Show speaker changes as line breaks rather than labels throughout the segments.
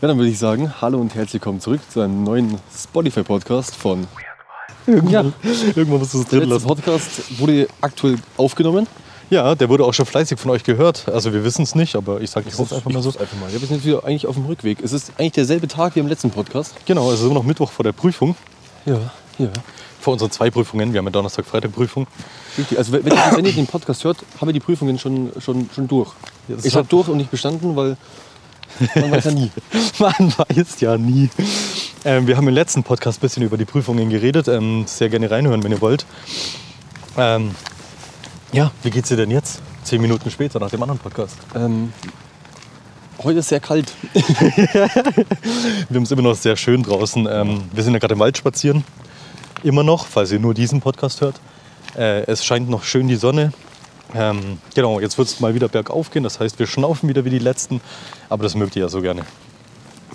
Ja, dann würde ich sagen, hallo und herzlich willkommen zurück zu einem neuen Spotify-Podcast von Irgendwann,
Irgendwann musst du es
Der
drin
letzte
lassen.
Podcast wurde aktuell aufgenommen.
Ja, der wurde auch schon fleißig von euch gehört. Also wir wissen es nicht, aber ich sage das jetzt einfach mal so.
Ich ruf's einfach mal. Ja, wir sind jetzt wieder eigentlich auf dem Rückweg. Es ist eigentlich derselbe Tag wie im letzten Podcast.
Genau, es ist immer noch Mittwoch vor der Prüfung.
Ja, ja.
Vor unseren zwei Prüfungen. Wir haben ja Donnerstag, Freitag Prüfung.
Richtig. Also wenn, wenn ihr- wenn ihr den Podcast hört, habe ich die Prüfungen schon, schon, schon durch.
Ja, das
ich
hat-
habe durch und nicht bestanden, weil man weiß ja nie.
Man weiß ja nie. Ähm, wir haben im letzten Podcast ein bisschen über die Prüfungen geredet. Ähm, sehr gerne reinhören, wenn ihr wollt. Ähm, ja, wie geht's dir denn jetzt? Zehn Minuten später nach dem anderen Podcast.
Ähm, heute ist sehr kalt.
Wir haben es immer noch sehr schön draußen. Ähm, wir sind ja gerade im Wald spazieren. Immer noch, falls ihr nur diesen Podcast hört. Äh, es scheint noch schön die Sonne. Ähm, genau, jetzt wird es mal wieder bergauf gehen. Das heißt, wir schnaufen wieder wie die Letzten. Aber das mögt ihr ja so gerne.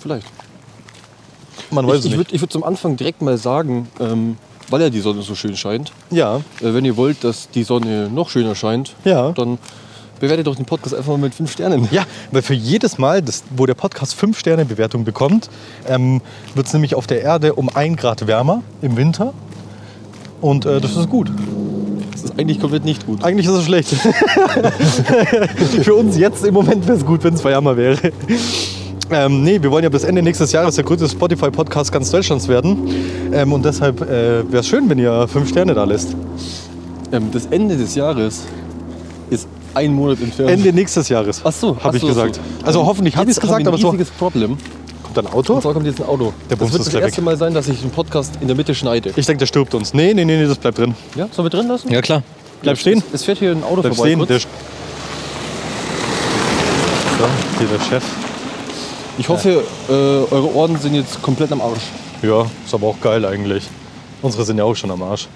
Vielleicht.
Man weiß
Ich,
es
ich
nicht.
würde ich würd zum Anfang direkt mal sagen, ähm, weil ja die Sonne so schön scheint,
ja,
äh, wenn ihr wollt, dass die Sonne noch schöner scheint,
Ja.
dann bewertet doch den Podcast einfach mal mit fünf Sternen.
ja, weil für jedes Mal, das, wo der Podcast 5-Sterne-Bewertung bekommt, ähm, wird es nämlich auf der Erde um 1 Grad wärmer im Winter. Und äh, das ist gut.
Das ist eigentlich komplett nicht gut.
Eigentlich ist es schlecht. Für uns jetzt im Moment wäre es gut, wenn es Jahre wäre. Ähm, nee, wir wollen ja bis Ende nächstes Jahres der größte Spotify-Podcast ganz Deutschlands werden. Ähm, und deshalb äh, wäre es schön, wenn ihr fünf Sterne da lässt.
Ähm, das Ende des Jahres ist ein Monat entfernt.
Ende nächstes Jahres.
Ach so, ach
habe ich
so,
gesagt.
ach so.
Also
Ähm,
hoffentlich habe ich es
jetzt haben
gesagt,
wir
aber
ein
so.
riesiges Problem.
Kommt ein
Und
Auto?
zwar kommt jetzt ein Auto.
Der Bums
das wird
ist
das
gleich
erste
weg.
Mal sein, dass ich einen Podcast in der Mitte schneide.
Ich denke, der stirbt uns. Nee, nee, nee, nee, das bleibt drin.
Ja, sollen wir drin lassen?
Ja, klar. Bleib stehen.
Es, es fährt hier ein Auto
Bleib
vorbei.
stehen. Der
kurz.
st- so, hier der Chef.
Ich hoffe, äh, eure Ohren sind jetzt komplett am Arsch.
Ja, ist aber auch geil eigentlich. Unsere sind ja auch schon am Arsch.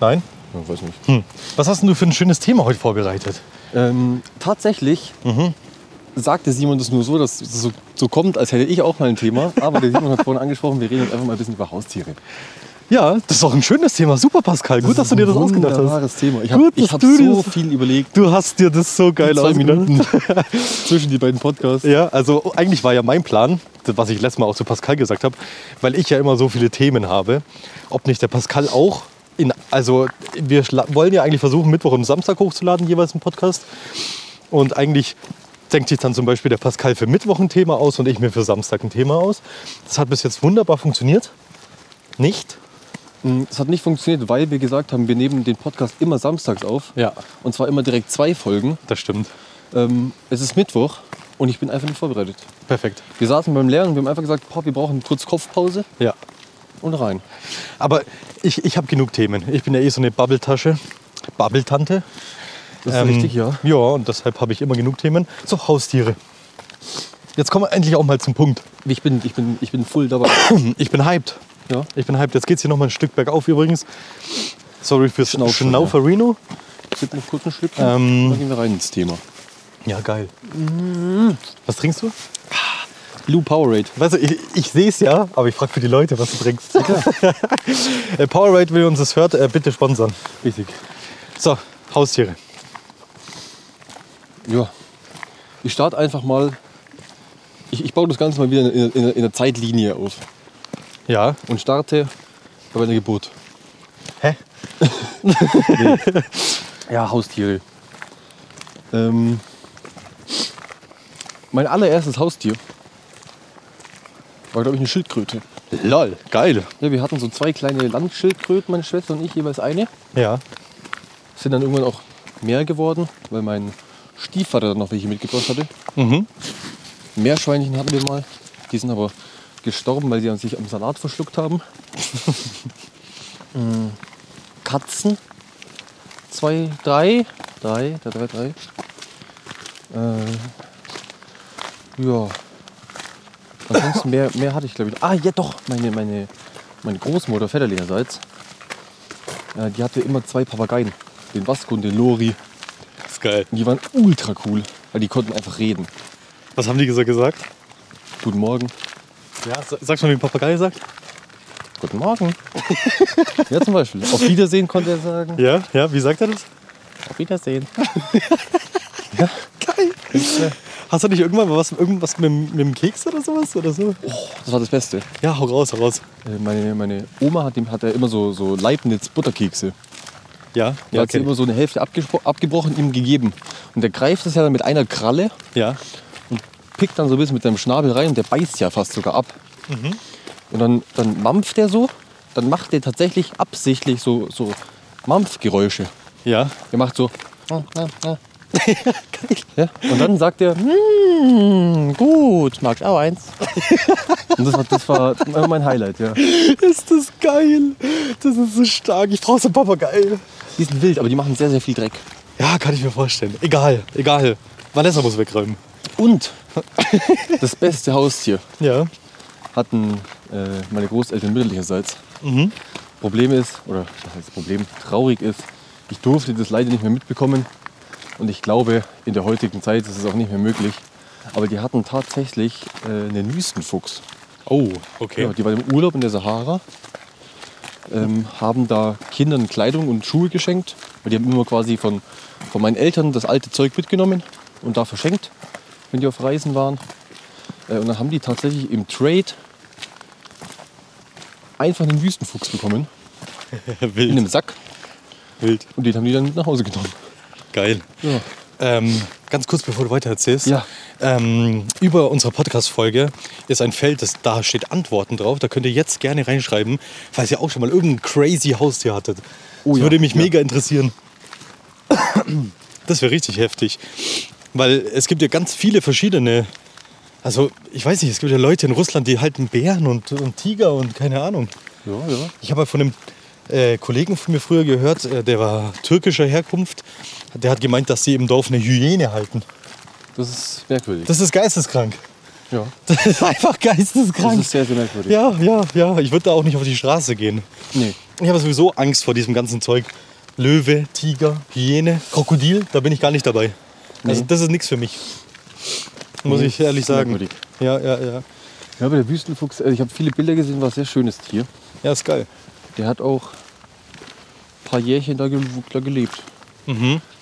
Nein?
Ja, weiß nicht.
Hm. Was hast denn du für ein schönes Thema heute vorbereitet?
Ähm, tatsächlich
Mhm.
sagte Simon das nur so, dass es so, so kommt, als hätte ich auch mal ein Thema. Aber der Simon hat vorhin angesprochen, wir reden jetzt einfach mal ein bisschen über Haustiere.
Ja, das ist doch ein schönes Thema. Super, Pascal. Gut, dass du dir das ausgedacht hast.
Wunderbares Thema. Ich
Gut,
habe
dass
hab
du
so
das-
viel überlegt
Du hast dir das so geil
Zwei
ausgedacht.
Minuten. zwischen die beiden Podcasts.
Ja, also eigentlich war ja mein Plan, das, was ich letztes Mal auch zu Pascal gesagt habe, weil ich ja immer so viele Themen habe, ob nicht der Pascal auch. In, also wir schla- wollen ja eigentlich versuchen, Mittwoch und Samstag hochzuladen, jeweils einen Podcast. Und eigentlich denkt sich dann zum Beispiel der Pascal für Mittwoch ein Thema aus und ich mir für Samstag ein Thema aus. Das hat bis jetzt wunderbar funktioniert. Nicht?
Mm, Es hat nicht funktioniert, weil wir gesagt haben, wir nehmen den Podcast immer samstags auf.
Ja.
Und zwar immer direkt zwei Folgen.
Das stimmt.
Ähm, es ist Mittwoch und ich bin einfach nicht vorbereitet.
Perfekt.
Wir saßen beim Lernen und wir haben einfach gesagt, boah, wir brauchen kurz Kopfpause
Ja.
und rein.
Aber ich, ich habe genug Themen. Ich bin ja eh so eine Bubble-Tasche. Bubble-Tante.
Das ist
Ähm,
richtig, ja.
Ja, und deshalb habe ich immer genug Themen. So, Haustiere. Jetzt kommen wir endlich auch mal zum Punkt.
Ich bin, ich bin, ich bin full dabei.
Ich bin hyped.
Ja.
Ich bin hyped. Jetzt geht's hier noch mal ein Stück bergauf übrigens. Sorry fürs
Schnaufer,
Schnauferino.
Gib mir kurz ein Schlückchen,
Ähm.
dann gehen wir rein ins Thema.
Ja, geil. Was trinkst du?
Blue Powerade.
Weißt du, ich, ich sehe es ja, aber ich frage für die Leute, was du trinkst. Äh, Powerade, wenn ihr uns das hört, äh, bitte sponsern.
Richtig.
So, Haustiere.
Ja. Ich starte einfach mal. Ich, ich baue das Ganze mal wieder in, in, in der Zeitlinie auf
Ja.
und starte bei meiner Geburt.
Hä?
Ja, Haustiere. Ähm, mein allererstes Haustier war, glaube ich, eine Schildkröte.
Lol, geil.
Ja, wir hatten so zwei kleine Landschildkröten, meine Schwester und ich, jeweils eine.
Ja.
Sind dann irgendwann auch mehr geworden, weil mein Stiefvater dann noch welche mitgebracht hatte.
Mhm.
Meerschweinchen hatten wir mal. Die sind aber gestorben, weil sie sich am Salat verschluckt haben. Mm, Katzen. Zwei, drei. Drei, drei, drei, drei. Äh, ja. Ansonsten mehr, mehr hatte ich glaube ich. Ah, ja doch, meine, meine, meine Großmutter väterlicherseits. Äh, die hatte immer zwei Papageien. Den Vasco und den Lori.
Ist geil.
Und die waren ultra cool, weil die konnten einfach reden.
Was haben die so gesagt?
Guten Morgen,
Ja, sa- sagst du mal, wie ein Papagei sagt?
Guten Morgen. ja, zum Beispiel. Auf Wiedersehen konnte er sagen.
Ja, ja, wie sagt er das?
Auf Wiedersehen.
Geil. Hast du nicht irgendwann mal was, irgendwas mit, dem- mit dem Keks oder sowas? Oder so?
Oh, Das war das Beste.
Ja, hau raus, hau raus.
Äh, Meine, meine Oma hat, dem, hat ja immer so, so Leibniz-Butterkekse. Da
Ja, ja,
hat sie
kenn
immer
ich.
so eine Hälfte abgespro- abgebrochen, ihm gegeben. Und der greift das ja dann mit einer Kralle
ja.
und pickt dann so ein bisschen mit seinem Schnabel rein und der beißt ja fast sogar ab. Und dann, dann mampft er so, dann macht er tatsächlich absichtlich so, so Mampfgeräusche.
ja.
Der macht so. Ja, und dann sagt er, "Mm, gut, magst auch eins. Und das war, das war mein Highlight, ja.
Ist das geil. Das ist so stark. Ich brauch so einen Papagei.
Die sind wild, aber die machen sehr, sehr viel Dreck.
Ja, kann ich mir vorstellen. Egal, egal. Vanessa muss wegräumen.
Und das beste Haustier
Ja.
hatten äh, meine Großeltern mütterlicherseits.
Mhm.
Problem ist, oder was heißt Problem, traurig ist, ich durfte das leider nicht mehr mitbekommen. Und ich glaube, in der heutigen Zeit ist es auch nicht mehr möglich. Aber die hatten tatsächlich äh, einen Wüstenfuchs.
Oh, okay.
Ja, Genau, die waren im Urlaub in der Sahara, ähm, haben da Kindern Kleidung und Schuhe geschenkt. Weil die haben immer quasi von, von meinen Eltern das alte Zeug mitgenommen und da verschenkt, wenn die auf Reisen waren. Äh, und dann haben die tatsächlich im Trade einfach einen Wüstenfuchs bekommen,
wild,
in einem Sack.
wild.
Und den haben die dann mit nach Hause genommen.
Geil.
Ja.
Ähm, ganz kurz, bevor du weitererzählst.
Ja.
Ähm, über unsere Podcast-Folge ist ein Feld, das, da steht Antworten drauf. Da könnt ihr jetzt gerne reinschreiben, falls ihr auch schon mal irgendein crazy Haustier hattet.
Oh
das
ja,
würde mich
ja.
mega interessieren. Das wäre richtig heftig. Weil es gibt ja ganz viele verschiedene. Also, ich weiß nicht, es gibt ja Leute in Russland, die halten Bären und, und Tiger und keine Ahnung.
Ja, ja.
Ich habe mal von einem äh, Kollegen von mir früher gehört, äh, der war türkischer Herkunft. Der hat gemeint, dass sie im Dorf eine Hyäne halten.
Das ist merkwürdig.
Das ist geisteskrank.
ja.
Das ist einfach
das
geisteskrank.
ist sehr, sehr merkwürdig.
ja, ja, ja. Ich würde da auch nicht auf die Straße gehen.
Nee.
Ich habe sowieso Angst vor diesem ganzen Zeug. Löwe, Tiger, Hyäne, Krokodil, da bin ich gar nicht dabei. Also
Nee.
das ist nichts für mich. Muss
Nee,
ich ehrlich
das ist
sagen.
merkwürdig.
Ja, ja, ja.
Ja, aber der Wüstenfuchs, also ich habe viele Bilder gesehen, war ein sehr schönes Tier.
Ja, ist geil.
Der hat auch ein paar Jährchen da, ge da gelebt.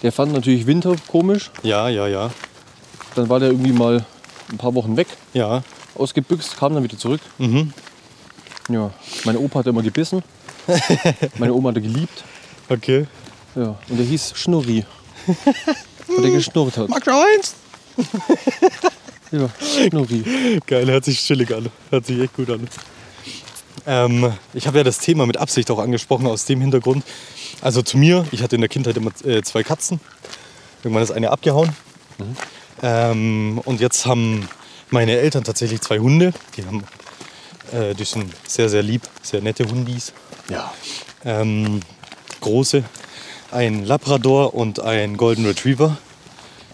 Der fand natürlich Winter komisch.
Ja, ja, ja.
Dann war der irgendwie mal ein paar Wochen weg,
Ja.
ausgebüxt, kam dann wieder zurück. Mhm. Ja, mein Opa hat immer gebissen. Meine Oma hat er geliebt.
Okay.
Ja, und der hieß Schnurri. Weil der geschnurrt hat.
Max eins!
Ja, Schnurri.
Geil, hört sich chillig an. Hört sich echt gut an. Ähm, ich habe ja das Thema mit Absicht auch angesprochen aus dem Hintergrund. Also zu mir, ich hatte in der Kindheit immer äh, zwei Katzen. Irgendwann ist eine abgehauen. Ähm, und jetzt haben meine Eltern tatsächlich zwei Hunde. Die, haben, äh, die sind sehr, sehr lieb, sehr nette Hundis.
Ja.
Ähm, große. Ein Labrador und ein Golden Retriever.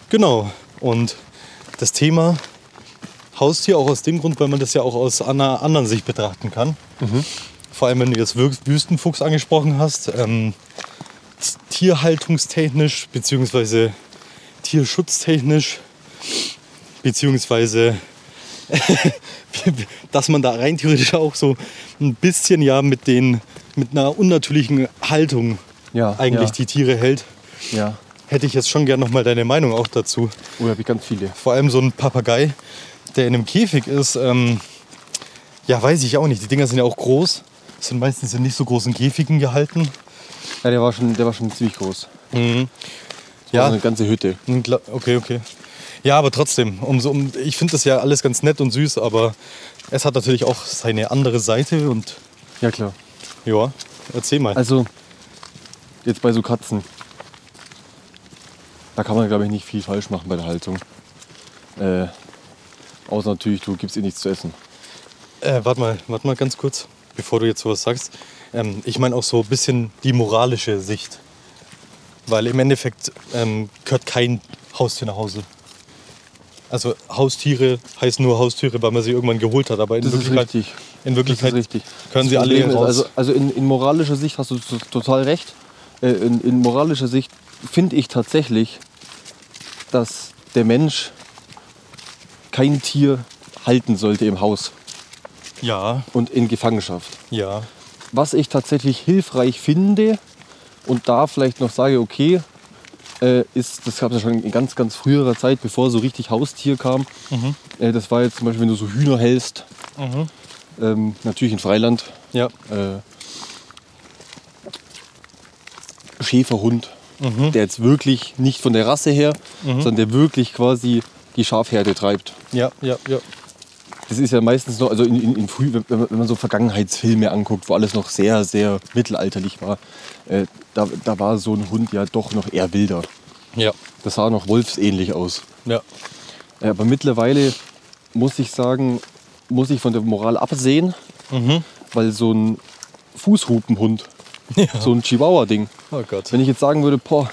Genau. Und das Thema Haustier auch aus dem Grund, weil man das ja auch aus einer anderen Sicht betrachten kann.
Mhm.
Vor allem, wenn du jetzt Wür- Wüstenfuchs angesprochen hast, ähm, t- tierhaltungstechnisch beziehungsweise tierschutztechnisch beziehungsweise dass man da rein theoretisch auch so ein bisschen ja mit den mit einer unnatürlichen Haltung
Ja,
eigentlich
ja.
die Tiere hält,
Ja.
hätte ich jetzt schon gern noch mal deine Meinung auch dazu.
Oh, da hab ich ganz viele.
Vor allem so ein Papagei, der in einem Käfig ist, ähm, ja, weiß ich auch nicht. Die Dinger sind ja auch groß, sind meistens in nicht so großen Käfigen gehalten.
Ja, der war schon, der war schon ziemlich groß. Mhm. Das
Ja.
war so eine ganze Hütte.
Hm, klar. Okay, okay. Ja, aber trotzdem, umso, um, ich finde das ja alles ganz nett und süß, aber es hat natürlich auch seine andere Seite und
Ja, klar.
ja, erzähl mal.
Also, jetzt bei so Katzen. Da kann man, glaube ich, nicht viel falsch machen bei der Haltung. Äh, außer natürlich, du gibst ihr nichts zu essen.
Äh, warte mal, warte mal ganz kurz, bevor du jetzt sowas sagst. Ähm, ich meine auch so ein bisschen die moralische Sicht. Weil im Endeffekt ähm, gehört kein Haustier nach Hause. Also Haustiere heißen nur Haustiere, weil man sie irgendwann geholt hat. Aber in
Das ist
Wirklichkeit,
richtig.
In
Das
Wirklichkeit
ist richtig.
können
Das
sie alle
Problem ist,
raus.
Also, also in, in moralischer Sicht hast du t- total recht. Äh, in, in moralischer Sicht finde ich tatsächlich, dass der Mensch kein Tier halten sollte im Haus
ja,
und in Gefangenschaft.
ja,
was ich tatsächlich hilfreich finde und da vielleicht noch sage, okay, äh, ist, das gab es ja schon in ganz, ganz früherer Zeit, bevor so richtig Haustier kam. Äh, das war jetzt zum Beispiel, wenn du so Hühner hältst, ähm, natürlich in Freiland,
Ja.
äh, Schäferhund, der jetzt wirklich nicht von der Rasse her, sondern der wirklich quasi die Schafherde treibt.
Ja, ja, ja.
Das ist ja meistens noch, also in, in, in früh, wenn man- wenn man so Vergangenheitsfilme anguckt, wo alles noch sehr, sehr mittelalterlich war, äh, da, da war so ein Hund ja doch noch eher wilder.
Ja.
Das sah noch wolfsähnlich aus.
Ja.
Ja, aber mittlerweile muss ich sagen, muss ich von der Moral absehen, weil so ein Fußhupenhund, so ein Chihuahua-Ding,
Oh Gott.
wenn ich jetzt sagen würde, boah,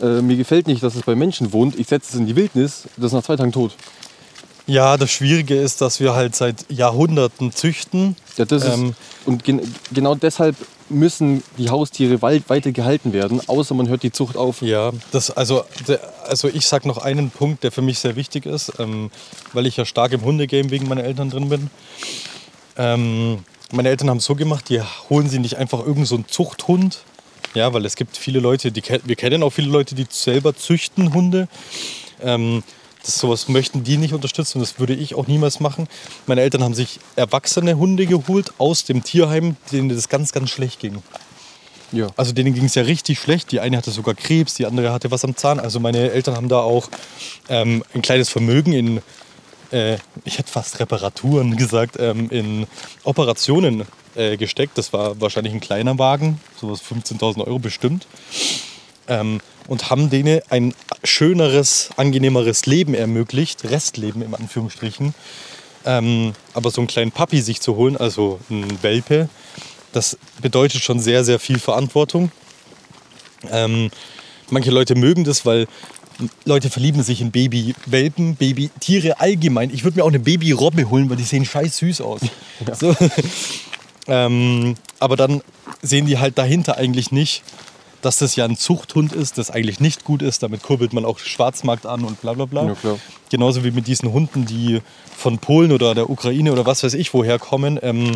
äh, mir gefällt nicht, dass es bei Menschen wohnt, ich setze es in die Wildnis, das ist nach zwei Tagen tot.
Ja, das Schwierige ist, dass wir halt seit Jahrhunderten züchten.
Ja, das
Ähm.
ist, und gen genau deshalb müssen die Haustiere weit weiter gehalten werden, außer man hört die Zucht auf.
Ja, das, also, der, also ich sag noch einen Punkt, der für mich sehr wichtig ist, ähm, weil ich ja stark im Hundegame wegen meiner Eltern drin bin. Ähm, meine Eltern haben es so gemacht, die holen sie nicht einfach irgendeinen so einen Zuchthund. Ja, weil es gibt viele Leute, die, ke- wir kennen auch viele Leute, die selber züchten Hunde. Ähm, das, sowas möchten die nicht unterstützen und das würde ich auch niemals machen. Meine Eltern haben sich erwachsene Hunde geholt aus dem Tierheim, denen das ganz, ganz schlecht ging.
Ja.
Also denen ging es ja richtig schlecht. Die eine hatte sogar Krebs, die andere hatte was am Zahn. Also meine Eltern haben da auch ähm, ein kleines Vermögen in, äh, ich hätte fast Reparaturen gesagt, ähm, in Operationen äh, gesteckt. Das war wahrscheinlich ein kleiner Wagen, sowas 15.000 Euro bestimmt. Ähm, und haben denen ein schöneres, angenehmeres Leben ermöglicht, Restleben im Anführungsstrichen. Ähm, aber so einen kleinen Papi sich zu holen, also einen Welpe, das bedeutet schon sehr, sehr viel Verantwortung. Ähm, manche Leute mögen das, weil Leute verlieben sich in Babywelpen, Babytiere allgemein. Ich würde mir auch eine Babyrobbe holen, weil die sehen scheiß süß aus. So. Ähm, aber dann sehen die halt dahinter eigentlich nicht, dass das ja ein Zuchthund ist, das eigentlich nicht gut ist. Damit kurbelt man auch Schwarzmarkt an und bla bla bla.
Ja, klar.
Genauso wie mit diesen Hunden, die von Polen oder der Ukraine oder was weiß ich woher kommen. Ähm,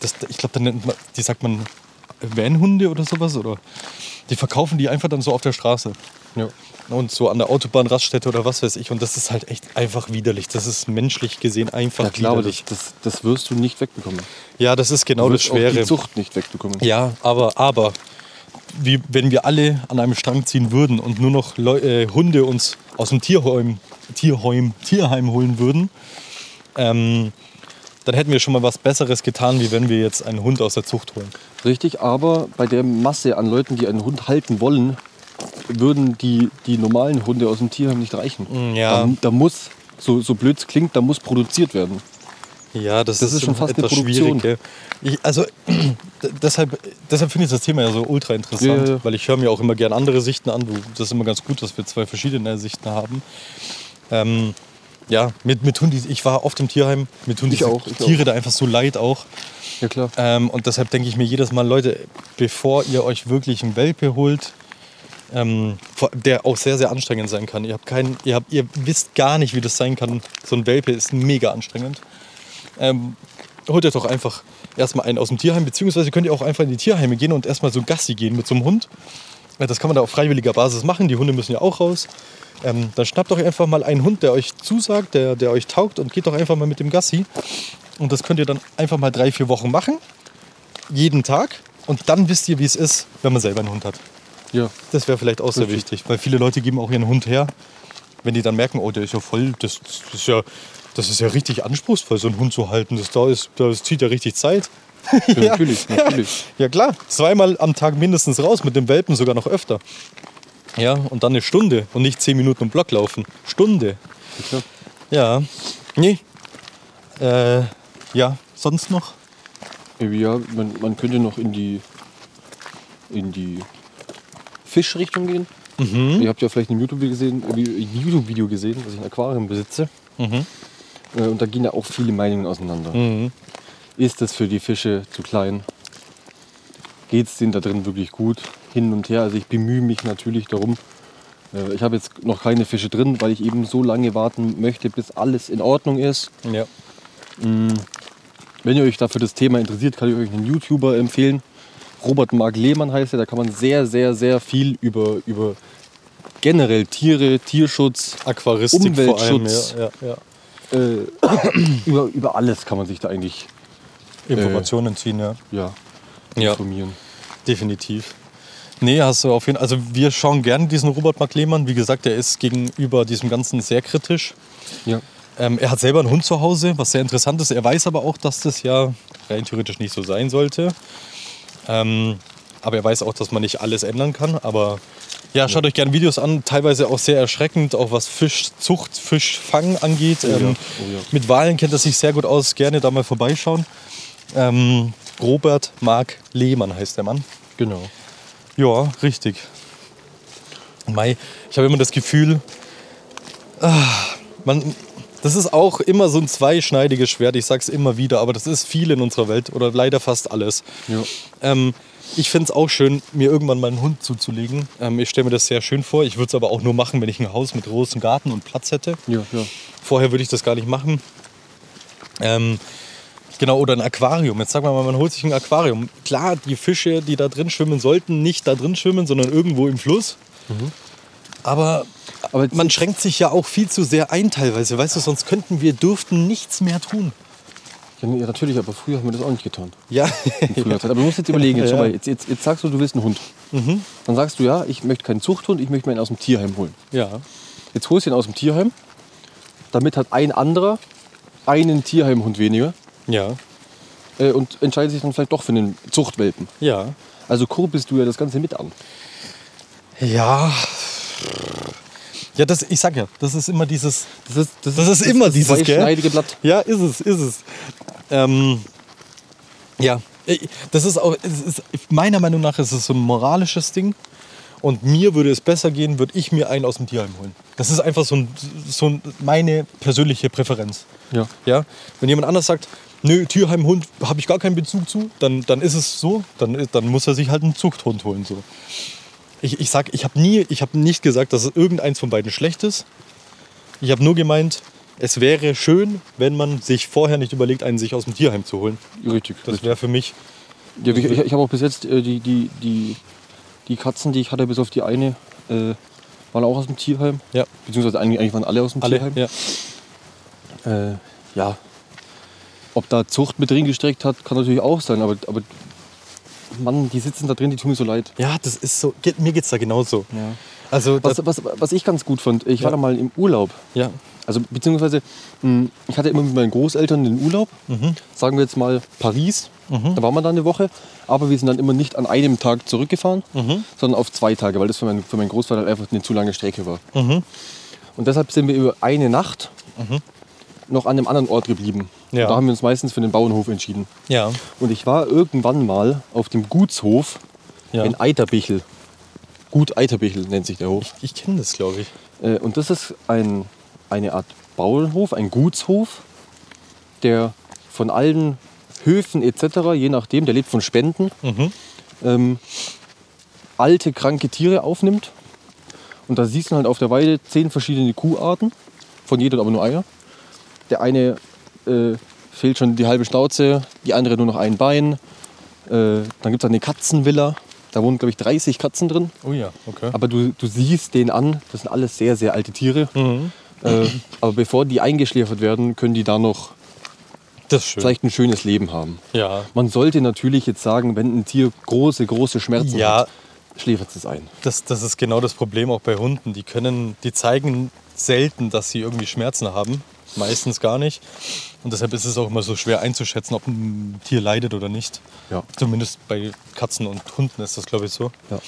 das, ich glaube, dann nennt man, die sagt man Vanhunde oder sowas. Oder? Die verkaufen die einfach dann so auf der Straße
Ja.
und so an der Autobahnraststätte oder was weiß ich. Und das ist halt echt einfach widerlich. Das ist menschlich gesehen einfach
Ja klar, aber das,
widerlich.
das, das wirst du nicht wegbekommen.
Ja, das ist genau
Du
das
wirst auch die
Schwere.
Zucht nicht wegbekommen.
Ja, aber, aber, wie, wenn wir alle an einem Strang ziehen würden und nur noch Leu äh, Hunde uns aus dem Tierheim, Tierheim, Tierheim holen würden, ähm, dann hätten wir schon mal was Besseres getan, wie wenn wir jetzt einen Hund aus der Zucht holen.
Richtig, aber bei der Masse an Leuten, die einen Hund halten wollen, würden die, die normalen Hunde aus dem Tierheim nicht reichen.
Mm, ja.
Da, da muss, so, so blöd es klingt, da muss produziert werden.
Ja, das,
Das ist schon fast eine Produktion.
schwierig, gell? Ich, also d- deshalb, deshalb finde ich das Thema ja so ultra interessant,
Ja, ja, ja.
weil ich höre mir auch immer gern andere Sichten an. Du- Das ist immer ganz gut, dass wir zwei verschiedene Sichten haben. Ähm, ja, mit, mit tun die, ich war oft im Tierheim, mir tun
Ich
diese
auch, ich
Tiere da einfach so leid auch.
Ja klar.
Ähm, und deshalb denke ich mir jedes Mal, Leute, bevor ihr euch wirklich einen Welpe holt, ähm, vor- der auch sehr, sehr anstrengend sein kann. Ihr, habt keinen, ihr, habt, ihr wisst gar nicht, wie das sein kann. So ein Welpe ist mega anstrengend. Ähm, holt euch doch einfach erstmal einen aus dem Tierheim, beziehungsweise könnt ihr auch einfach in die Tierheime gehen und erstmal so Gassi gehen mit so einem Hund. Ja, Das kann man da auf freiwilliger Basis machen. Die Hunde müssen ja auch raus. Ähm, dann schnappt euch einfach mal einen Hund, der euch zusagt, der, der euch taugt und geht doch einfach mal mit dem Gassi. Und das könnt ihr dann einfach mal drei, vier Wochen machen. Jeden Tag. Und dann wisst ihr, wie es ist, wenn man selber einen Hund hat.
Ja.
Das wäre vielleicht auch sehr wichtig, weil viele Leute geben auch ihren Hund her, wenn die dann merken, oh, der ist ja voll, das, das ist ja, das ist ja richtig anspruchsvoll, so einen Hund zu halten. Das, da ist, das zieht ja richtig Zeit.
Ja, natürlich, natürlich.
Ja klar, zweimal am Tag mindestens raus, mit dem Welpen sogar noch öfter. Ja, und dann eine Stunde und nicht zehn Minuten im Block laufen. Stunde.
Ja, klar.
Ja. Nee. Äh, ja, sonst noch?
Äh, Ja, man, man könnte noch in die, in die Fischrichtung gehen. Ihr habt ja vielleicht ein YouTube-Video gesehen, äh, ein YouTube-Video gesehen, dass ich ein Aquarium besitze. Äh, Und da gehen ja auch viele Meinungen auseinander. Ist das für die Fische zu klein? Geht es denen da drin wirklich gut? Hin und her. Also ich bemühe mich natürlich darum. Äh, Ich habe jetzt noch keine Fische drin, weil ich eben so lange warten möchte, bis alles in Ordnung ist.
Ja.
Wenn ihr euch dafür das Thema interessiert, kann ich euch einen YouTuber empfehlen. Robert Mark Lehmann heißt er, da kann man sehr, sehr, sehr viel über, über generell Tiere, Tierschutz,
Aquaristik
Umweltschutz.
vor allem. Ja, ja, ja.
äh, über, über alles kann man sich da eigentlich
Informationen ziehen, ja.
ja,
Ja.
informieren.
Definitiv. Nee, hast du auf jeden Fall. Also wir schauen gerne diesen Robert McLehmann. Wie gesagt, er ist gegenüber diesem Ganzen sehr kritisch.
Ja.
Ähm, er hat selber einen Hund zu Hause, was sehr interessant ist. Er weiß aber auch, dass das ja rein theoretisch nicht so sein sollte. Ähm, aber er weiß auch, dass man nicht alles ändern kann. Aber ja, schaut euch gerne Videos an. Teilweise auch sehr erschreckend, auch was Fischzucht, Fischfang angeht.
ja.
Ähm,
Oh ja.
Mit Walen kennt er sich sehr gut aus. Gerne da mal vorbeischauen. Ähm, Robert Mark Lehmann heißt der Mann.
Genau.
Ja, richtig. Mai, ich habe immer das Gefühl, ah, man, das ist auch immer so ein zweischneidiges Schwert. Ich sag's immer wieder, aber das ist viel in unserer Welt oder leider fast alles.
Ja.
Ähm, ich find's auch schön, mir irgendwann meinen Hund zuzulegen. Ähm, ich stelle mir das sehr schön vor. Ich würde es aber auch nur machen, wenn ich ein Haus mit großem Garten und Platz hätte.
Ja, ja.
Vorher würde ich das gar nicht machen. Ähm, genau, oder ein Aquarium. Jetzt sagen wir mal, man holt sich ein Aquarium. Klar, die Fische, die da drin schwimmen, sollten nicht da drin schwimmen, sondern irgendwo im Fluss.
Mhm.
Aber,
Aber jetzt-
man schränkt sich ja auch viel zu sehr ein teilweise. Weißt du, sonst könnten wir, dürften nichts mehr tun.
Ja, nee, natürlich, aber früher haben wir das auch nicht getan.
Ja,
In früher Zeit. Aber du musst jetzt überlegen, jetzt, schau mal, jetzt, jetzt, jetzt sagst du, du willst einen Hund.
Mhm.
Dann sagst du, ja, ich möchte keinen Zuchthund, ich möchte mir einen aus dem Tierheim holen.
ja.
Jetzt holst du ihn aus dem Tierheim, damit hat ein anderer einen Tierheimhund weniger
ja,
äh, und entscheidet sich dann vielleicht doch für einen Zuchtwelpen.
ja.
Also kurbelst du ja das Ganze mit an.
Ja. Ja, das, ich sag ja, das ist immer dieses.
Das ist, das
ist immer dieses, gell?
zweischneidige Blatt.
Ja, ist es, ist es. Ähm, ja, ich- das ist auch, es ist, meiner Meinung nach ist es so ein moralisches Ding. Und mir würde es besser gehen, würde ich mir einen aus dem Tierheim holen. Das ist einfach so, ein, so ein, meine persönliche Präferenz.
Ja.
Ja? Wenn jemand anders sagt, nö, Tierheimhund habe ich gar keinen Bezug zu, dann, dann ist es so, dann, dann muss er sich halt einen Zuchthund holen. So. Ich, ich sag, ich habe nie, ich habe nicht gesagt, dass es irgendeins von beiden schlecht ist. Ich habe nur gemeint, es wäre schön, wenn man sich vorher nicht überlegt, einen sich aus dem Tierheim zu holen.
Richtig.
Das wäre für mich.
Ja, ich ich, ich habe auch bis jetzt äh, die, die, die, die Katzen, die ich hatte, bis auf die eine, äh, waren auch aus dem Tierheim.
Ja,
Beziehungsweise eigentlich, eigentlich waren alle aus dem
alle.
Tierheim.
Ja.
Äh, ja. Ob da Zucht mit drin gestreckt hat, kann natürlich auch sein, aber, aber Mann, die sitzen da drin, die tun mir so leid.
ja, das ist so. Geht, mir geht's da genauso.
Ja.
Also, das,
Was, was, was ich ganz gut fand, ich war
Ja.
da mal im Urlaub.
ja,
Also beziehungsweise, mh, ich hatte immer mit meinen Großeltern den Urlaub,
Mhm.
sagen wir jetzt mal Paris, da waren wir dann eine Woche, aber wir sind dann immer nicht an einem Tag zurückgefahren,
Mhm.
sondern auf zwei Tage, weil das für meinen, für meinen Großvater einfach eine zu lange Strecke war.
Mhm.
Und deshalb sind wir über eine Nacht noch an einem anderen Ort geblieben.
Ja.
Da haben wir uns meistens für den Bauernhof entschieden.
ja,
Und ich war irgendwann mal auf dem Gutshof
Ja.
in Eiterbichel. Gut Eiterbichel nennt sich der Hof.
ich kenne das, glaube ich.
Äh, Und das ist ein, eine Art Bauernhof, ein Gutshof, der von allen Höfen etc., je nachdem, der lebt von Spenden, ähm, alte, kranke Tiere aufnimmt. Und da siehst du halt auf der Weide zehn verschiedene Kuharten, von jeder aber nur einer. Der eine äh, fehlt schon die halbe Schnauze, die andere nur noch ein Bein. Äh, dann gibt es eine Katzenvilla, da wohnen, glaube ich, 30 Katzen drin.
Oh ja, okay.
Aber du, du siehst den an, das sind alles sehr, sehr alte Tiere. Äh, aber bevor die eingeschläfert werden, können die da noch
das ist schön.
vielleicht ein schönes Leben haben.
Ja,
Man sollte natürlich jetzt sagen, wenn ein Tier große, große Schmerzen
Ja.
hat, schläfert es ein.
das, das ist genau das Problem auch bei Hunden. Die können, die zeigen selten, dass sie irgendwie Schmerzen haben. Meistens gar nicht. Und deshalb ist es auch immer so schwer einzuschätzen, ob ein Tier leidet oder nicht.
Ja.
Zumindest bei Katzen und Hunden ist das, glaube ich, so.
Ja.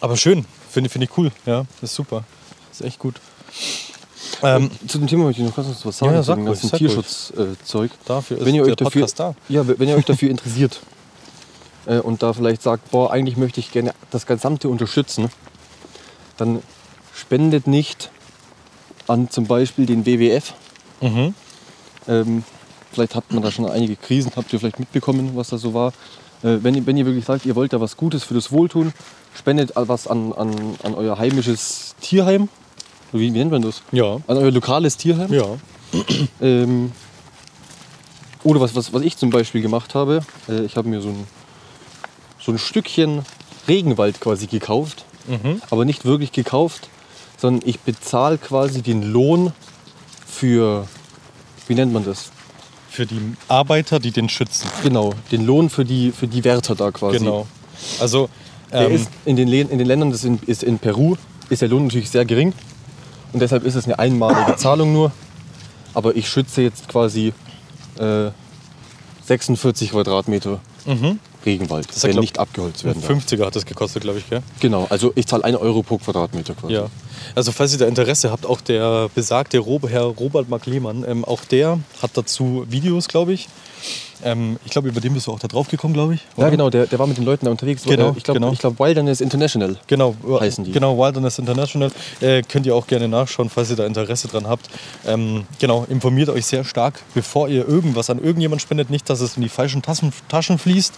Aber schön, finde find ich cool. Ja, ist super. Ist echt gut. Ähm,
Zu dem Thema möchte ich noch ganz kurz was
Ja,
sagen,
ja,
zu dem
sag ruhig,
ganzen
sag
Tierschutzzeug.
Dafür ist
wenn ihr
der
euch dafür,
Podcast da.
Ja, wenn ihr euch dafür interessiert äh, und da vielleicht sagt, boah, eigentlich möchte ich gerne das Gesamte unterstützen, dann spendet nicht an zum Beispiel den WWF.
Mhm.
Ähm, vielleicht habt man da schon einige Krisen, habt ihr vielleicht mitbekommen, was da so war. Äh, wenn, ihr, wenn ihr wirklich sagt, ihr wollt da was Gutes für das Wohltun, spendet was an, an, an euer heimisches Tierheim. Wie, wie nennt man das?
ja.
An euer Also lokales Tierheim.
Ja.
Ähm, oder was, was, was ich zum Beispiel gemacht habe, äh, ich habe mir so ein,
Mhm.
so ein Stückchen Regenwald quasi gekauft. Aber nicht wirklich gekauft, sondern ich bezahle quasi den Lohn für, wie nennt man das?
Für die Arbeiter, die den schützen.
Genau, den Lohn für die, für die Wärter da quasi.
Genau. Also,
Der
ähm,
ist in, den, Le- in den Ländern, das in, ist in Peru, ist der Lohn natürlich sehr gering. Und deshalb ist es eine einmalige Zahlung nur. Aber ich schütze jetzt quasi äh, 46 Quadratmeter Regenwald,
ist ja,
der
glaub-
nicht abgeholzt
ein
werden darf.
50er hat das gekostet, glaube ich, gell?
Genau, also ich zahle 1 Euro pro Quadratmeter quasi.
Ja. Also falls ihr da Interesse habt, auch der besagte Rob, Herr Robert Mark Lehmann, ähm, auch der hat dazu Videos, glaube ich. Ähm, ich glaube, über den bist du auch da drauf gekommen, glaube ich.
Ja,
oder?
genau, der, der war mit den Leuten da unterwegs.
Genau,
Äh, ich glaube,
genau.
ich glaub, Wilderness International.
Genau, äh,
Heißen die.
Genau, Wilderness International. Äh, könnt ihr auch gerne nachschauen, falls ihr da Interesse dran habt. Ähm, genau, informiert euch sehr stark, bevor ihr irgendwas an irgendjemand spendet. Nicht, dass es in die falschen Tassen, Taschen fließt.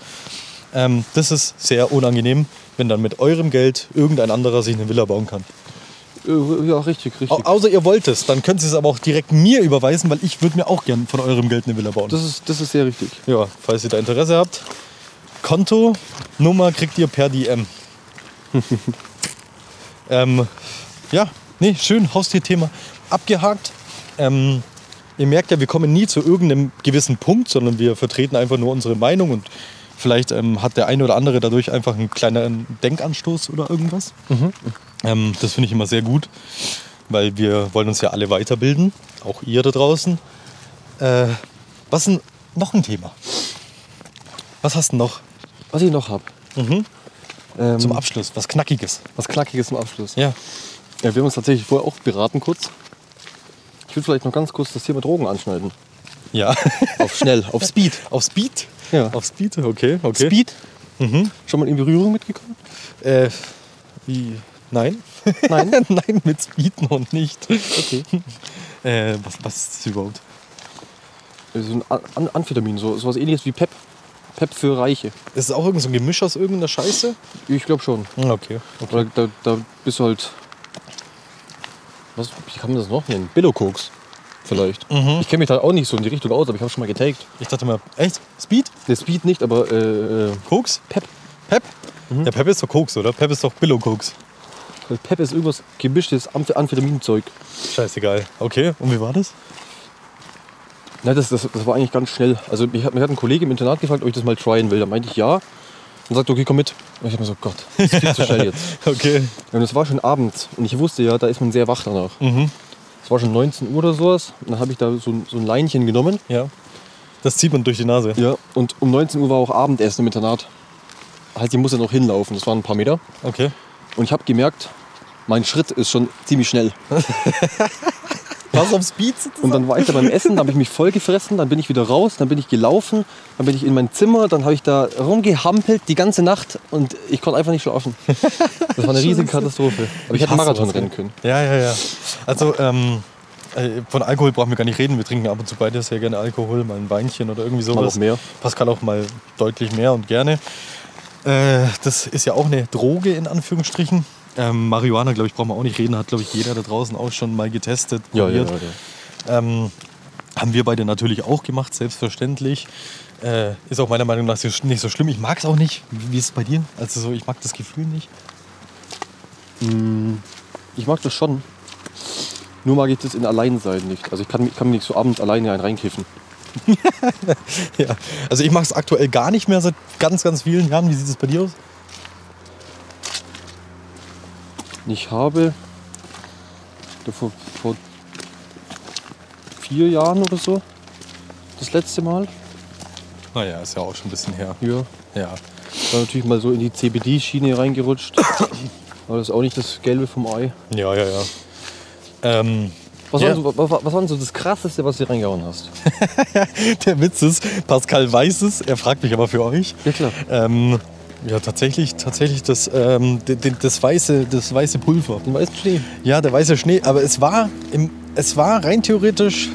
Ähm, das ist sehr unangenehm, wenn dann mit eurem Geld irgendein anderer sich eine Villa bauen kann.
Äh, Ja, richtig, richtig.
Au außer ihr wollt es, dann könnt ihr es aber auch direkt mir überweisen, weil ich würde mir auch gern von eurem Geld eine Villa bauen.
Das ist, das ist sehr richtig.
ja, falls ihr da Interesse habt, Konto, Nummer kriegt ihr per DM. ähm, ja, nee, schön, Haustierthema abgehakt. Ähm, ihr merkt ja, wir kommen nie zu irgendeinem gewissen Punkt, sondern wir vertreten einfach nur unsere Meinung und vielleicht ähm, hat der eine oder andere dadurch einfach einen kleineren Denkanstoß oder irgendwas. Ähm, das finde ich immer sehr gut, weil wir wollen uns ja alle weiterbilden, auch ihr da draußen. Äh, was ist noch ein Thema? Was hast du noch
Was ich noch habe. Ähm,
zum Abschluss? Was Knackiges?
was Knackiges zum Abschluss.
Hm. Ja.
Ja, wir haben uns tatsächlich vorher auch beraten kurz. Ich würde vielleicht noch ganz kurz das Thema Drogen anschneiden.
Ja.
Auf schnell, auf Speed.
Auf Speed?
Ja.
Auf Speed, okay. okay.
Speed? Schon mal in Berührung mitgekommen?
Äh, wie? Nein.
Nein?
Nein, mit Speed noch nicht.
Okay.
Äh, was, was ist das überhaupt?
So ein An- An Amphetamin, so sowas ähnliches wie PEP. PEP für Reiche.
Ist es auch irgend so ein Gemisch aus irgendeiner Scheiße?
Ich glaube schon.
Hm, Okay.
Da, da, da bist du halt. Was, wie kann man das noch nennen? Billokoks. Vielleicht. Ich kenne mich da auch nicht so in die Richtung aus, aber ich habe schon mal getaggt.
Ich dachte mal, echt? Speed?
Der Speed nicht, aber äh, äh,
Koks?
Pep.
Pep? Mhm. Ja, Pep ist doch Koks, oder? Pep ist doch Billo-Koks.
Pep ist irgendwas gemischtes Amph Amphetaminzeug.
Scheißegal. Okay, und wie war das?
Na, das, das, das war eigentlich ganz schnell. Also mich hat, mich hat ein Kollege im Internat gefragt, ob ich das mal tryen will. Da meinte ich ja. Und sagte, okay, komm mit. Und ich habe mir so, Gott, das ist viel zu schnell jetzt.
Okay.
Und es war schon abends. Und ich wusste ja, da ist man sehr wach danach. Es war schon 19 Uhr oder sowas. Und dann habe ich da so, ein- so ein Leinchen genommen.
Ja. Das zieht man durch die Nase.
Ja. Und um 19 Uhr war auch Abendessen im Internat. Heißt, ich muss ja noch hinlaufen. Das waren ein paar Meter.
Okay.
Und ich habe gemerkt, mein Schritt ist schon ziemlich schnell.
Was auf Speed?
Und dann war ich da beim Essen, dann habe ich mich voll gefressen, dann bin ich wieder raus, dann bin ich gelaufen, dann bin ich in mein Zimmer, dann habe ich da rumgehampelt die ganze Nacht und ich konnte einfach nicht schlafen. Das war eine riesige Katastrophe. Aber ich hätte einen Marathon rennen können.
Ja, ja, ja. Also, ähm, äh, von Alkohol brauchen wir gar nicht reden. Wir trinken ab und zu beide sehr gerne Alkohol, mal ein Weinchen oder irgendwie sowas.
auch mehr.
Pascal auch mal deutlich mehr und gerne. Äh, das ist ja auch eine Droge in Anführungsstrichen. Ähm, Marihuana, glaube ich, brauchen wir auch nicht reden. Hat, glaube ich, jeder da draußen auch schon mal getestet, probiert. Ähm, haben wir beide natürlich auch gemacht, selbstverständlich. Äh, ist auch meiner Meinung nach so- nicht so schlimm. Ich mag es auch nicht. Wie wie ist es bei dir? Also so, ich mag das Gefühl nicht.
Ich mag das schon. Nur mag ich das in Alleinsein nicht. Also ich kann, kann mir nicht so abends alleine einen reinkiffen.
Ja, also ich mache es aktuell gar nicht mehr seit ganz, ganz vielen Jahren. Wie sieht es bei dir aus?
Ich habe vor, vor vier Jahren oder so das letzte Mal.
Naja, ist ja auch schon ein bisschen her.
Ja,
Ja.
War natürlich mal so in die CBD-Schiene reingerutscht. Aber das ist auch nicht das Gelbe vom Ei.
Ja, ja, ja. Ähm,
Was,
Ja.
war, so, wa- wa- was war denn so das Krasseste, was du reingehauen hast?
der Witz ist, Pascal weiß es, er fragt mich aber für euch.
Ja, klar.
Ähm, ja, tatsächlich, tatsächlich das, ähm, de- de- das, weiße, das weiße Pulver.
Den weißen Schnee.
Ja, der weiße Schnee, aber es war, im, es war rein theoretisch,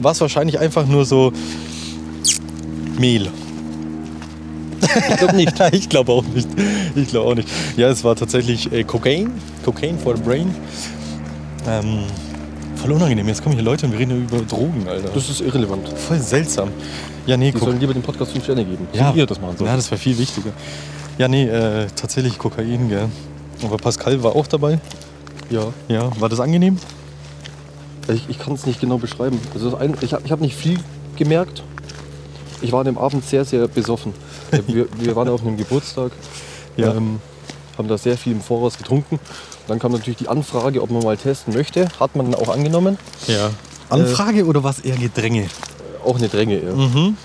war es wahrscheinlich einfach nur so Mehl.
Ich glaube nicht.
ich glaube auch nicht. Ich glaube auch nicht. Ja, es war tatsächlich äh, Cocaine. Cocaine for the Brain. Ähm, voll unangenehm. Jetzt kommen hier Leute und wir reden über Drogen, Alter. Das
Das ist irrelevant.
ist voll seltsam. Ja, nee,
Die
Coca-
sollen lieber den Podcast 5 Sterne geben.
ja.
Wie ihr das machen sollt.
Ja, das war viel wichtiger. Ja, nee, äh, tatsächlich Kokain, gell. Aber Pascal war auch dabei.
Ja.
Ja, war das angenehm?
Ich, ich kann es nicht genau beschreiben. Also das ein, ich habe ich hab nicht viel gemerkt. Ich war an dem Abend sehr, sehr besoffen. Wir, wir waren auf einem Geburtstag,
Ja.
ähm, haben da sehr viel im Voraus getrunken. Und dann kam natürlich die Anfrage, ob man mal testen möchte. Hat man dann auch angenommen.
Ja. Anfrage oder was eher Gedränge?
Auch eine Dränge. Ja.
Mhm.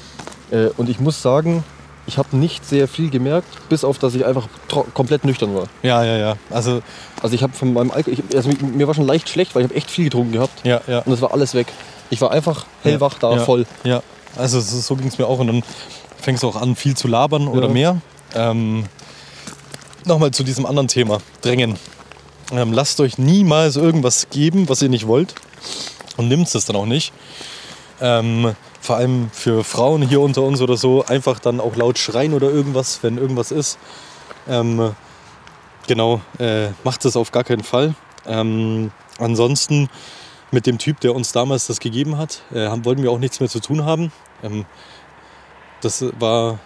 Äh, und ich muss sagen, ich habe nicht sehr viel gemerkt, bis auf, dass ich einfach tro- komplett nüchtern war.
Ja, ja, ja. Also,
Also ich habe von meinem Alkohol, ich, also mi- mir war schon leicht schlecht, weil ich habe echt viel getrunken gehabt.
ja, ja.
Und das war alles weg. Ich war einfach hellwach da,
ja,
voll.
Ja, also so, so ging es mir auch. Und dann fängst du auch an, viel zu labern oder
Ja.
mehr. Ähm, Nochmal zu diesem anderen Thema, Drängen. Ähm, lasst euch niemals irgendwas geben, was ihr nicht wollt. Und nimmt es dann auch nicht. Ähm, vor allem für Frauen hier unter uns oder so, einfach dann auch laut schreien oder irgendwas, wenn irgendwas ist. Ähm, genau, äh, macht es auf gar keinen Fall. Ähm, ansonsten mit dem Typ, der uns damals das gegeben hat, äh, haben, wollten wir auch nichts mehr zu tun haben. Ähm, das war.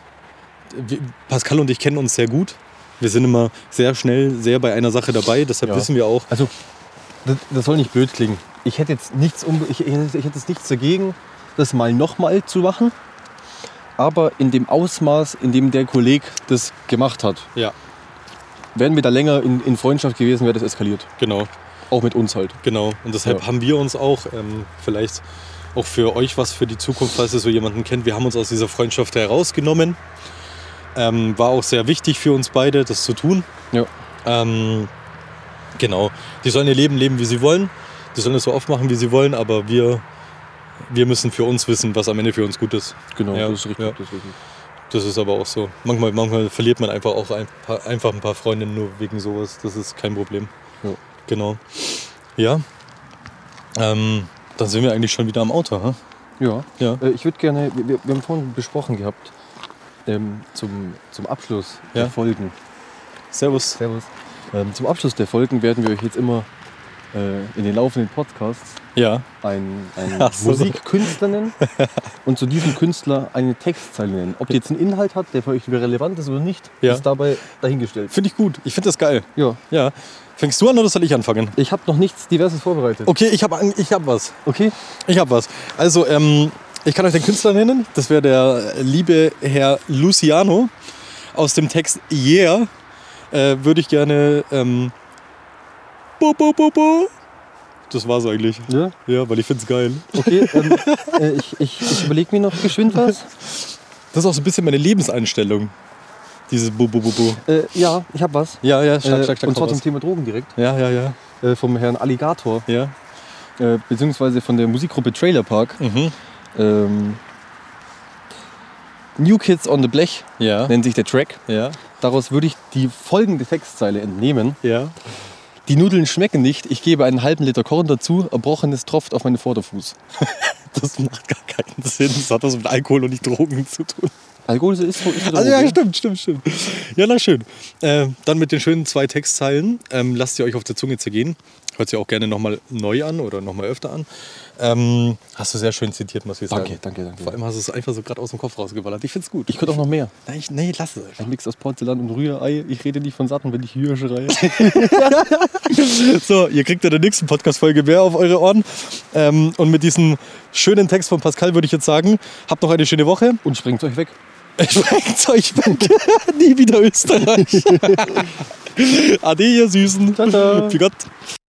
wir- Pascal und ich kennen uns sehr gut. Wir sind immer sehr schnell, sehr bei einer Sache dabei. Deshalb
Ja.
wissen wir auch.
Also, das, das soll nicht blöd klingen. Ich hätte jetzt nichts, unbe- ich, ich hätte ich hätte jetzt nichts dagegen, das mal nochmal zu machen. Aber in dem Ausmaß, in dem der Kollege das gemacht hat,
Ja,
wären wir da länger in, in Freundschaft gewesen, wäre das eskaliert.
genau.
Auch mit uns halt.
Genau, und deshalb
Ja.
haben wir uns auch ähm, vielleicht auch für euch was für die Zukunft, falls ihr so jemanden kennt, wir haben uns aus dieser Freundschaft herausgenommen. Ähm, war auch sehr wichtig für uns beide, das zu tun.
Ja.
Ähm, genau, die sollen ihr Leben leben, wie sie wollen. Die sollen es so oft machen, wie sie wollen, aber wir, wir müssen für uns wissen, was am Ende für uns gut ist.
Genau,
Ja,
das ist richtig.
ja.
Das ist richtig.
Das ist aber auch so. Manchmal, manchmal verliert man einfach auch ein paar, einfach ein paar Freunde nur wegen sowas. Das ist kein Problem.
Ja.
Genau. Ja. Ähm, dann sind wir eigentlich schon wieder am Auto, hä?
Ja.
Ja.
Äh, Ich würde gerne, wir, wir wir haben vorhin besprochen gehabt, ähm, zum, zum Abschluss
Ja.
der Folgen.
Servus.
Servus. Ähm, zum Abschluss der Folgen werden wir euch jetzt immer äh, in den laufenden Podcasts
Ja.
einen, einen
Ach so.
Musikkünstler nennen und zu diesem Künstler eine Textzeile nennen. Ob die jetzt einen Inhalt hat, der für euch relevant ist oder nicht,
Ja.
ist dabei dahingestellt.
Finde ich gut. Ich finde das geil.
Ja.
Ja. Fängst du an oder soll ich anfangen?
Ich habe noch nichts Diverses vorbereitet.
Okay, ich habe ich hab was.
Okay?
Ich habe was. Also, ähm, ich kann euch den Künstler nennen. Das wäre der liebe Herr Luciano. Aus dem Text Yeah äh, würde ich gerne. Ähm, bo, bo, bo, bo. Das war's eigentlich.
Ja.
Ja, weil ich find's geil.
Okay, ähm, äh, ich, ich, ich überlege mir noch geschwind was.
Das ist auch so ein bisschen meine Lebenseinstellung. Dieses bo, bo, bo, bo.
Äh, ja, ich habe was.
Ja, ja, stark,
Äh,
stark, stark.
und zwar
komm
zum
raus.
Thema Drogen direkt.
Ja, ja, ja.
Äh, vom Herrn Alligator,
Ja.
äh, beziehungsweise von der Musikgruppe Trailer Park.
Mhm.
Ähm, New Kids on the Blech
Ja.
nennt sich der Track.
Ja.
Daraus würde ich die folgende Textzeile entnehmen.
Ja.
Die Nudeln schmecken nicht, ich gebe einen halben Liter Korn dazu, erbrochenes tropft auf meinen Vorderfuß.
Das macht gar keinen Sinn. Das hat was mit Alkohol und nicht Drogen zu tun.
Alkohol ist so ist so
Also ja,
Droge.
stimmt, stimmt, stimmt. Ja, na schön. Ähm, dann mit den schönen zwei Textzeilen. Ähm, lasst sie euch auf der Zunge zergehen. Hört sie auch gerne nochmal neu an oder nochmal öfter an. Ähm, hast du sehr schön zitiert, muss ich sagen.
Danke, danke, danke.
Vor allem hast du es einfach so gerade aus dem Kopf rausgeballert. Ich find's gut.
Ich könnte auch noch mehr.
Nein, ich, nee, lass es einfach.
Ein Mix aus Porzellan und Rührei. Ich rede nicht von Satten, wenn ich Hühe schreie.
So, ihr kriegt in der nächsten Podcast-Folge mehr auf eure Ohren. Ähm, und mit diesem schönen Text von Pascal würde ich jetzt sagen, habt noch eine schöne Woche.
Und springt euch weg.
Schmeckt's euch weg. Nie wieder Österreich. Ade, ihr Süßen.
Ciao, ciao.
Für Gott.